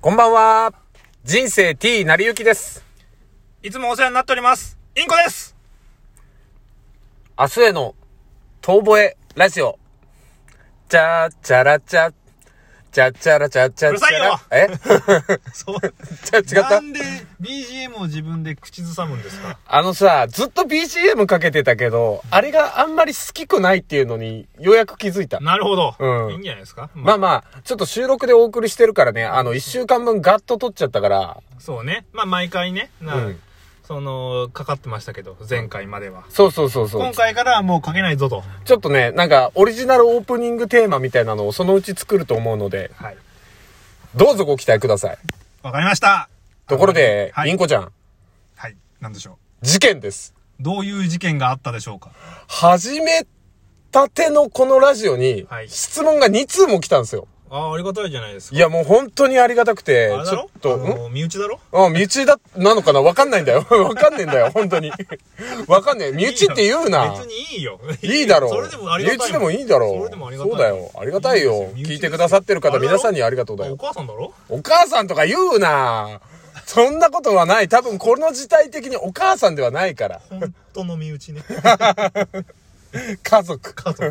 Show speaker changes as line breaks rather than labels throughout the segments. こんばんは。人生 T なりゆきです。
いつもお世話になっております。インコです
明日への遠吠えラジオ。チャチャラチャ、チャチャラチャチャチャラ。
うるさいよ
え
そう。
ちゃ違った
なんで BGM を自分で口ずさむんですか
あのさ、ずっと BGM かけてたけど、あれがあんまり好きくないっていうのに、ようやく気づいた。
なるほど。
うん
いいんじゃないですか
ま
ま
あまあ、ちょっと収録でお送りしてるからね、あの、一週間分ガッと撮っちゃったから、
あ、そうね。まあ、毎回ね。な
うん
その、かかってましたけど、前回までは。
そうそうそうそう
今。回からはもうかけないぞと。
ちょっとね、なんか、オリジナルオープニングテーマみたいなのをそのうち作ると思うので、
はい。
どうぞご期待ください。
わかりました
ところで、
はい
インコちゃん、
はい。なんでしょ
事件です。
う。どういう事件があったでしょうか
始めたてのこのラジオに
は、い
質問が2通も来たんですよ。
ああ、ありがたいじゃないです
い。や、もう本当にありがたくて
あれ、
ち
だ
ょ
ろ
っと、
あ
ん
の身内だろ
うん、身内だ、なのかなわかんないんだよ。 わかんねえんだよ、本当に。わかんねえ。身内って言うな。
別にいいよ。
いいだろう。
それでもありがたい。
身内でもいいだろう。
それでもありがたい。
そうだよ。ありがたい
いい
よ
で。すよ身内
聞いてくださってる方、
あれだろ
皆さんにありがとうだ
あお
よ。
母さんだろ
お母さんとか言うなそんなことはない。多分この時代的にお母さんではないから。
本当の身内ね。
家族。
家族。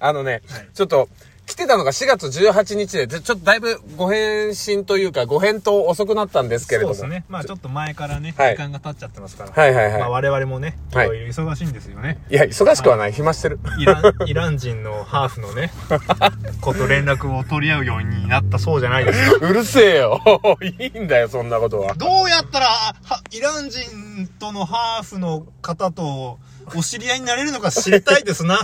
あのね、
はい
ちょっと、来てたのが4月18日で、でちょっとだいぶご返信というか、ご返答遅くなったんです けれども。
そうですね。まあちょっと前からね、
はい
時間が経っちゃってますから。
はいはいはい
まあ我々もね、い
はい
ろいろ忙しいんですよね。
いや、忙しくはない。暇してる。
イ ラン、イラン人のハーフのね、 こと連絡を取り合うようになったそうじゃない ですか。
うるせえよ。いいんだよ、そんなことは。
どうやったら、はイラン人とのハーフの方と、お知り合いになれるのか知りたいです な。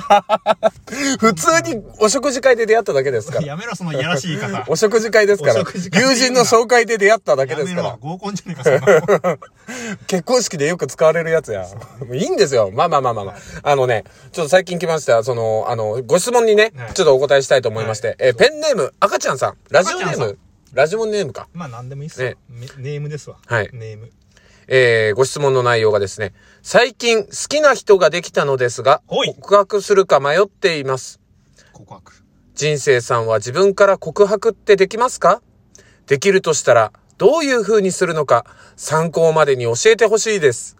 普通にお食事会で出会っただけですから。
やめろ、そのいやらしい言い方。
お食事会ですから。
お食事会
友人の紹介で出会っただけ
や
で
め
すから
ろ、。合コンじゃねえか、そんな の
結婚式でよく使われるやつや。もういいんですよ。まあまあまあまあまあ。あのね、ちょっと最近来ました、その、あの、ご質問にね、
はい
ちょっとお答えしたいと思いまして、
はい
えーペンネーム、赤ちゃんさん。ラジオネ
赤
ー
ちゃんさ
ム、ラジオネームか。
まあなんでもいいっすよ
ね。
めネームですわ。
はい
ネーム。
えーご質問の内容がですね、最近好きな人ができたのですが、
ほい
告白するか迷っています。
告白。
人生さんは自分から告白ってできますかできるとしたら、どういう風にするのか、参考までに教えてほしいです。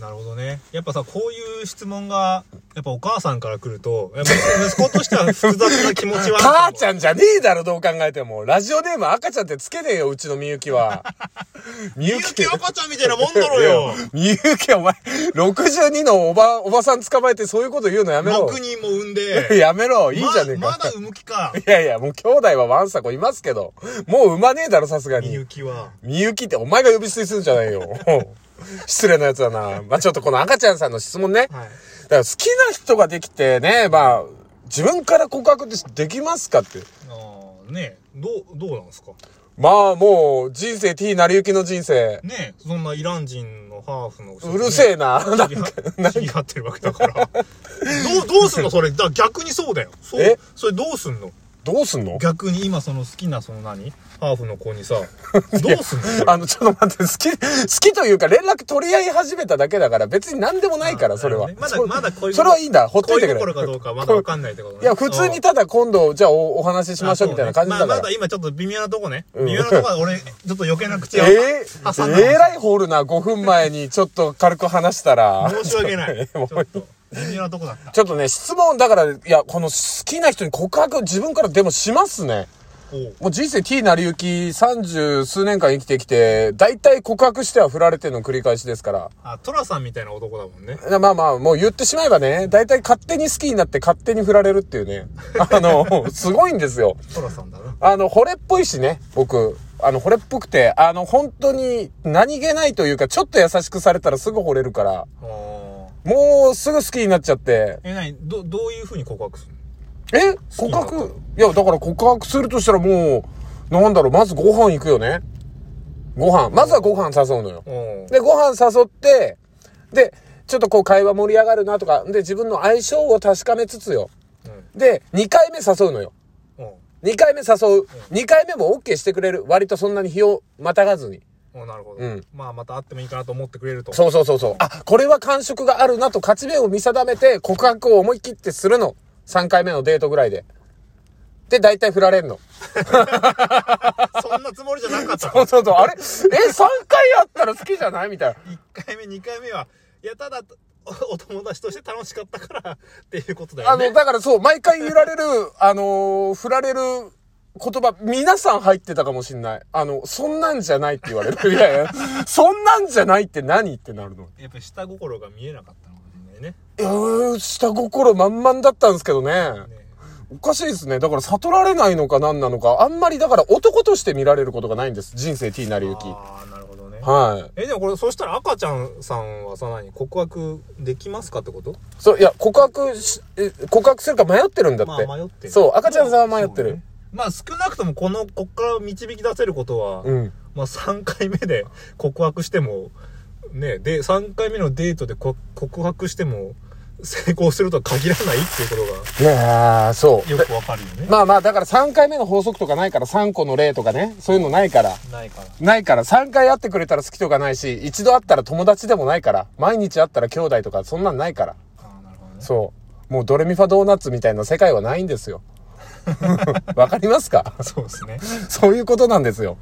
なるほどね。やっぱさ、こういう質問が、やっぱお母さんから来ると、やっぱ息子としては複雑な気持ちはあ
母
る
ち
と思う。
ゃんじゃねえだろ、どう考えても。ラジオネーム赤ちゃんってつけねえよ、うちのみゆきは。 みゆ
ゆ
き
き赤ちゃんみたいなもんだろよ。
みゆき、お前、62のおば、おばさん捕まえてそういうこと言うのやめろ
6。人も産んで。
やめろ、いいじゃねえ
ま
か
ま。だ産む気 か。
いやいや、もう兄弟はワンサコいますけど、もう産まねえだろ、さすが
みゆ
に。
きは。
みゆきってお前が呼び捨てするんじゃない よ。失礼なやつだな。まあちょっとこの赤ちゃんさんの質問ね。
はい。
だから好きな人ができてね、まあ、自分から告白でできますかって。
ああ、ねえ、どう、どうなんですか
まあもう、人生 T なりゆきの人生。
ねえ、そんなイラン人のハーフの人
うるせえ
ね
な。なん
知
か
り合知り合ってるわけだから。どう、どうすんのそれ。だ逆にそうだよ。そ
え
う、それ どうすんの
どうすんの
逆に今その好きなその何ハーフの子にさ、どうすんのそれ
あの、ちょっと待って、好き、好きというか連絡取り合い始めただけだから、別に何でもないから、
あ
それは
なる。ほど
そ
ねまだ、まだ恋心
それはいいんだ、ほっといてくれ。
恋心かどうかまだわかんないってことね。
いや、普通にただ今度、じゃあおお話ししましょうみたいな感じだ
まあ、
か
ま
ら
だ。今ちょっと微妙なとこね。
ん
微妙なとこは俺、ちょっと余計な口
え
を。
え
挟ん
ー、
だ
えらいホールな5分前にちょっと軽く話したら。
申し 訳ない。ちょ
も
っと、微妙なとこだった。
ちょっとね、質問、だから、いや、この好きな人に告白自分からでもしますね。
おう
もう人生 T なりゆき三十数年間生きてきて、大体告白しては振られての繰り返しですから。
あ、トラさんみたいな男だもんね。
まあまあ、もう言ってしまえばね、大体勝手に好きになって勝手に振られるっていうね。 あの、すごいんですよ。
トラさんだな。
あの、惚れっぽいしね、僕。あの、惚れっぽくて、あの、本当に何気ないというか、ちょっと優しくされたらすぐ惚れるから、
おー
もうすぐ好きになっちゃって、
え、なに、ど、どういう風に告白するの
え
好
告
きになった
白いや、だから告白するとしたらもう、なんだろう、まずご飯行くよね。ご飯。まずはご飯誘うのよ。
おう
で、ご飯誘って、で、ちょっとこう会話盛り上がるなとか、で、自分の相性を確かめつつよ。で、2回目誘うのよ。
うん。おう
2回目誘う。2回目も OK してくれる。割とそんなに日をまたがずに。
おうなるほど。
うん
まあ、また会ってもいいかなと思って くれると。
そうそうそうそう。あ、これは感触があるなと勝ち目を見定めて告白を思い切ってするの。3回目のデートぐらいで。で、大体振られんの。
そんなつもりじゃなかった。
そうそうそう、あれえ、3回やったら好きじゃないみたいな。
1回目、2回目は、いや、ただ、おお友達として楽しかったからっていうことだ
あ
よね。
の、だからそう、毎回言られる、あのー振られる言葉、皆さん入ってたかもしんない。あの、そんなんじゃないって言われ る。いやいや、そんなんじゃないって何ってなるの。
やっぱ下心が見えなかったのかもしれないね。
いやー、下心満々だったんですけどね。
ね
おかしいですね。だから悟られないのか何なのか、あんまりだから男として見られることがないんです。人生 T なりゆき。
ああ、なるほどね。
はい。
え、でもこれ、そしたら赤ちゃんさんはさ、何告白できますかってこと
そう、いや、告白し、え告白するか迷ってるんだって。
まあ迷ってる
そう、赤ちゃんさんは迷って
そう
る
ね。まあ少なくともこの、こっから導き出せることは、
うん。
まあ3回目で告白しても、ね、で、3回目のデートでこ告白しても、成功するとは限らないっていうこ
いやー、そう。
とがよくわかるよね。
まあまあ、だから3回目の法則とかないから、3個の例とかね、そういうのないから。
ないから。
ないから、3回会ってくれたら好きとかないし、一度会ったら友達でもないから、毎日会ったら兄弟とか、そんなんないから。
ああ、なるほどね。
そう。もうドレミファドーナツみたいな世界はないんですよ。 わかりますか
そうですね。
そういうことなんですよ。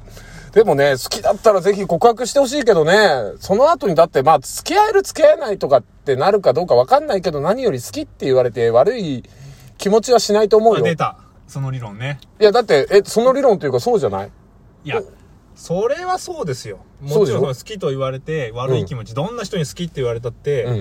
でもね、好きだったらぜひ告白してほしいけどね、その後にだってまあ、付き合える付き合えないとかってなるかどうかわかんないけど、何より好きって言われて悪い気持ちはしないと思う
あ、
よ。
出た。その理論ね。
いや、だって、え、その理論というかそうじゃない
いや、それはそうですよ。
そうで
もち
しょ
ろん好きと言われて、悪い気持ち、どんな人に好きって言われたって、
うん。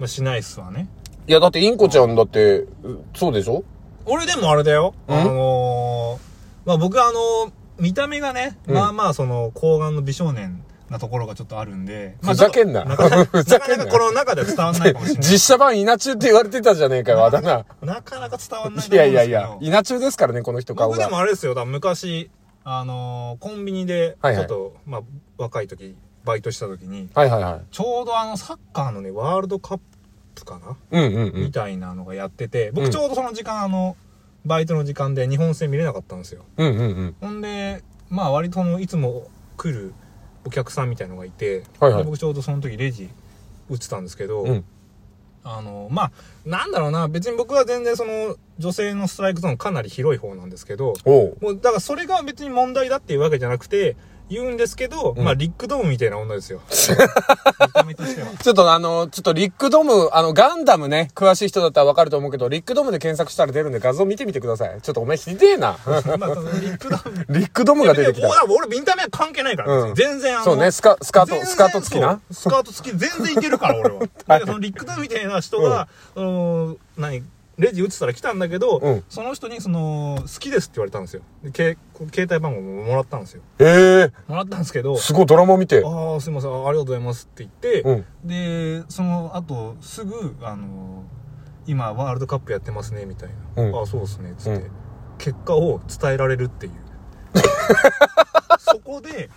まあしないっすわね。
いや、だって、インコちゃんだって、うそうでしょ
俺でもあれだよ。
ん
あのー、まあ僕はあのー、見た目がね、
うん
まあまあその、睾丸の美少年なところがちょっとあるんで。まあ
ふざけんな
ちょっとなか
ふ
な
ざ
か
けんな
なかこの中では伝わんないかもしれない。
実写版稲中って言われてたじゃねえかよ、あだ名。
なかなか伝わんない
い
と
や
思う
い
んで
やい
すけど
や、稲中ですからね、この人顔
僕で
が。
もあれですよ。だから昔、あのー、コンビニで、ち
はい
ょ
はい
っと、まあ若い時、バイトした時に、
はいはいはい。
ちょうどあのサッカーのね、ワールドカップかな、
うんうんう
み
ん。
たいなのがやってて、
う
僕
ん
ちょうどその時間、あの、バイトの時間で日本戦見れなかったんですよ。
うんうんうん。
ほんで、まあ割とそのいつも来るお客さんみたいのがいて、
はいはい
で僕ちょうどその時レジ打ってたんですけど、
うん。
あの、まあ、なんだろうな、別に僕は全然その女性のストライクゾーンかなり広い方なんですけど、
おう。
もうだからそれが別に問題だっていうわけじゃなくて、言うんですけど、
うん
まあリックドームみたいな女で すよ。見た目としては。
ちょっとあの、ちょっとリックドム、あの、ガンダムね、詳しい人だったらわかると思うけど、リックドムで検索したら出るんで画像見てみてください。ちょっとお前ひでえな。
まあ、そのリップダウン。
リックドムが出てき
いや
た。
いや俺、俺、ビンタ目は関係ないから、
うん
全然あの。
そうね、スカ、スカー
全
ト、
然
スカート付きな。
そうスカート付き、全然いけ るから、俺は。だからそのリックダウンみたいな人が、あのー、何、レジ打ってたら来たんだけど、
うん
その人に、その、好きですって言われたんですよ。でけ携帯番号ももらったんですよ。
ええ
もらったんですけど、
すごいドラマ見て。
ああ、すいません、あありがとうございますって言って、
うん。
で、その後、すぐ、あのー、今、ワールドカップやってますね、みたいな。
うん
ああ、そうですね、つって、
うん
結果を伝えられる っていう。そこで、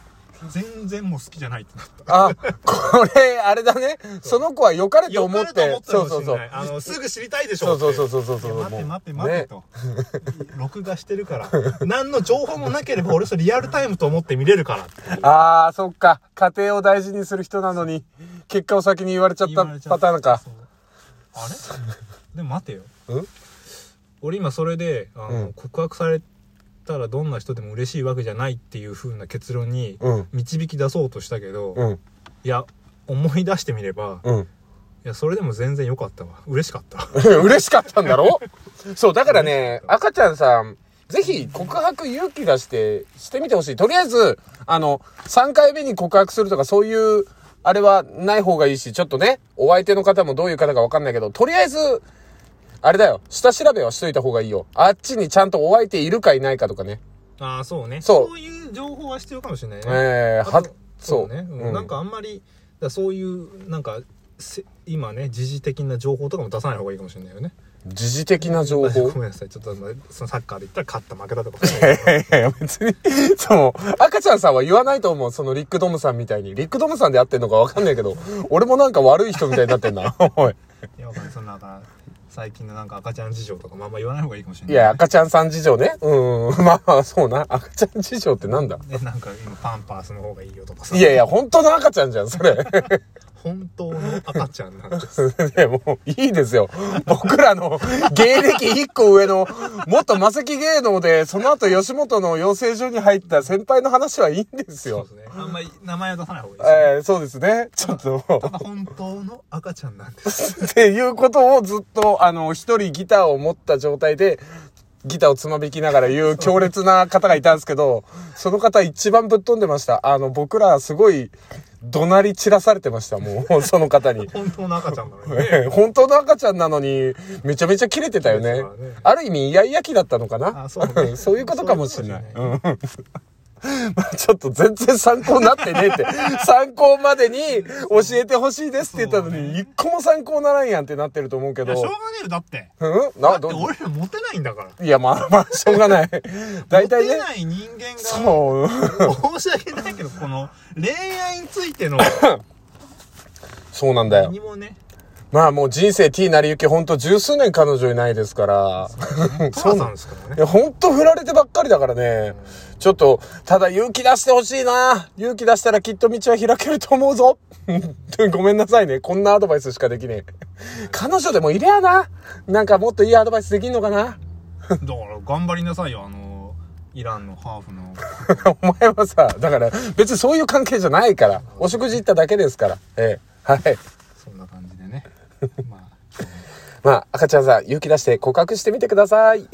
全然もう好きじゃないってなった。
あ、これ、あれだね。その子は良かれと思っ
よかれ
て
と思。った
そ
の
う
か
そ
も
う
し
そ
れ
う
な。いあの、すぐ知りたいでし
そ
ょ
うそうそう
って
そうそうそう。
いや待って
もう
待って待って
ね
と。録画してるから。何の情報もなければ俺それリアルタイムと思って見れるからって
ああ、そっか。家庭を大事にする人なのに、結果を先に言われちゃっ
言
た
われちゃ
パ
う
ターンか
そ。うあれでも待てよ。
うん
俺今それで、あの、
うん
告白されたらどんな人でも嬉しいわけじゃないっていう風な結論に
うん。
導き出そうとしたけど、
うん。
いや、思い出してみれば、い
うん。
や、それでも全然良かったわ。嬉しかった。
嬉しかったんだろそう、だからね、赤ちゃんさん、ぜひ告白勇気出して、してみてほしい。とりあえず、あの、3回目に告白するとかそういう、あれはない方がいいし、ちょっとね、お相手の方もどういう方かわかんないけど、とりあえず、あれだよ、下調べはしといた方がいいよ。あっちにちゃんとお相手いるかいないかとかね。
ああ、そうね。
そう
いう情報は必要かもしれないね。
ええ
あと
は、
そ
そうう。
ね、うん
うん
なんかあんまり、だそういう、なんか、せ今ね、時事的な情報とかも出さない方がいいかもしれないよね。
時事的な情報
ご。めんなさい。ちょっと、まあそのサッカーで言ったら勝った負けたとか。
いやいやいや、別に、そう、赤ちゃんさんは言わないと思う。そのリックドムさんみたいに。リックドムさんでやってんのかわかんないけど、俺もなんか悪い人みたいになってんな。おい。
いや、わかんないそのなんか、最近のなんか赤ちゃん事情とかもあんま言わない方がいいかもしれないい。
や、赤ちゃんさん事情ね。うんうん。まあまあ、そうな。赤ちゃん事情ってなんだ
ね、なんか今パンパースの方がいいよとかさ。
いやいや、本当の赤ちゃんじゃん、それ。
本当の赤ちゃんなんです。
ね、もういいですよ。僕らの芸歴1個上の、元魔石芸能で、その後吉本の養成所に入った先輩の話はいいんです
そう
よ
で。すね。あんまり名前は出さない方がいいですね、
えー、そうですね。ちょっと、
ただ本当の赤ちゃんなんです。
っていうことをずっと、あの、一人ギターを持った状態で、ギターをつまびきながら言う強烈な方がいたんですけど、その方一番ぶっ飛んでました。あの、僕らすごい、怒鳴り散らされてました、もう、 その方に。
本当の赤ちゃんなの にね。
ええ本当の赤ちゃんなのに、めちゃめちゃ切れてたよね
そうですよね。
ある意味、イヤイヤ期だったのかな
あそうね
そういうことかもしれない。
そう
うん まあちょっと全然参考になってねえ って。参考までに教えてほしいですって言ったの
そう
に、一個も参考ならんやんってなってると思うけ
いや、
ど
しょう。がねえよ、だって。
うん
だ
な、
って
どう
俺らモテないんだから。
いや、まあまあ、しょうが ない。大体
モ
ね
テ。ない人間が。
そう。
申し訳ないけど、この恋愛につ いての
そうなんだよ
何。もね、
まあもう人生 T なりゆき、ほんと十数年彼女いないですから。
そうなんですから
い
ね。
や、ほんと振られてばっかりだからね。ちょっと、ただ勇気出してほしいな。勇気出したらきっと道は開けると思うぞ。 ごめんなさいね。こんなアドバイスしかできねえ。 彼女でもいれやな。なんかもっといいアドバイスできんのかな。
だから頑張りなさいよ、あの、イランのハーフの。
お前はさ、だから別にそういう関係じゃないから。お食事行っただけですから。ええ。はい。
そんな感じでね。まあ。
まあ、赤ちゃんさん、勇気出して告白してみてください。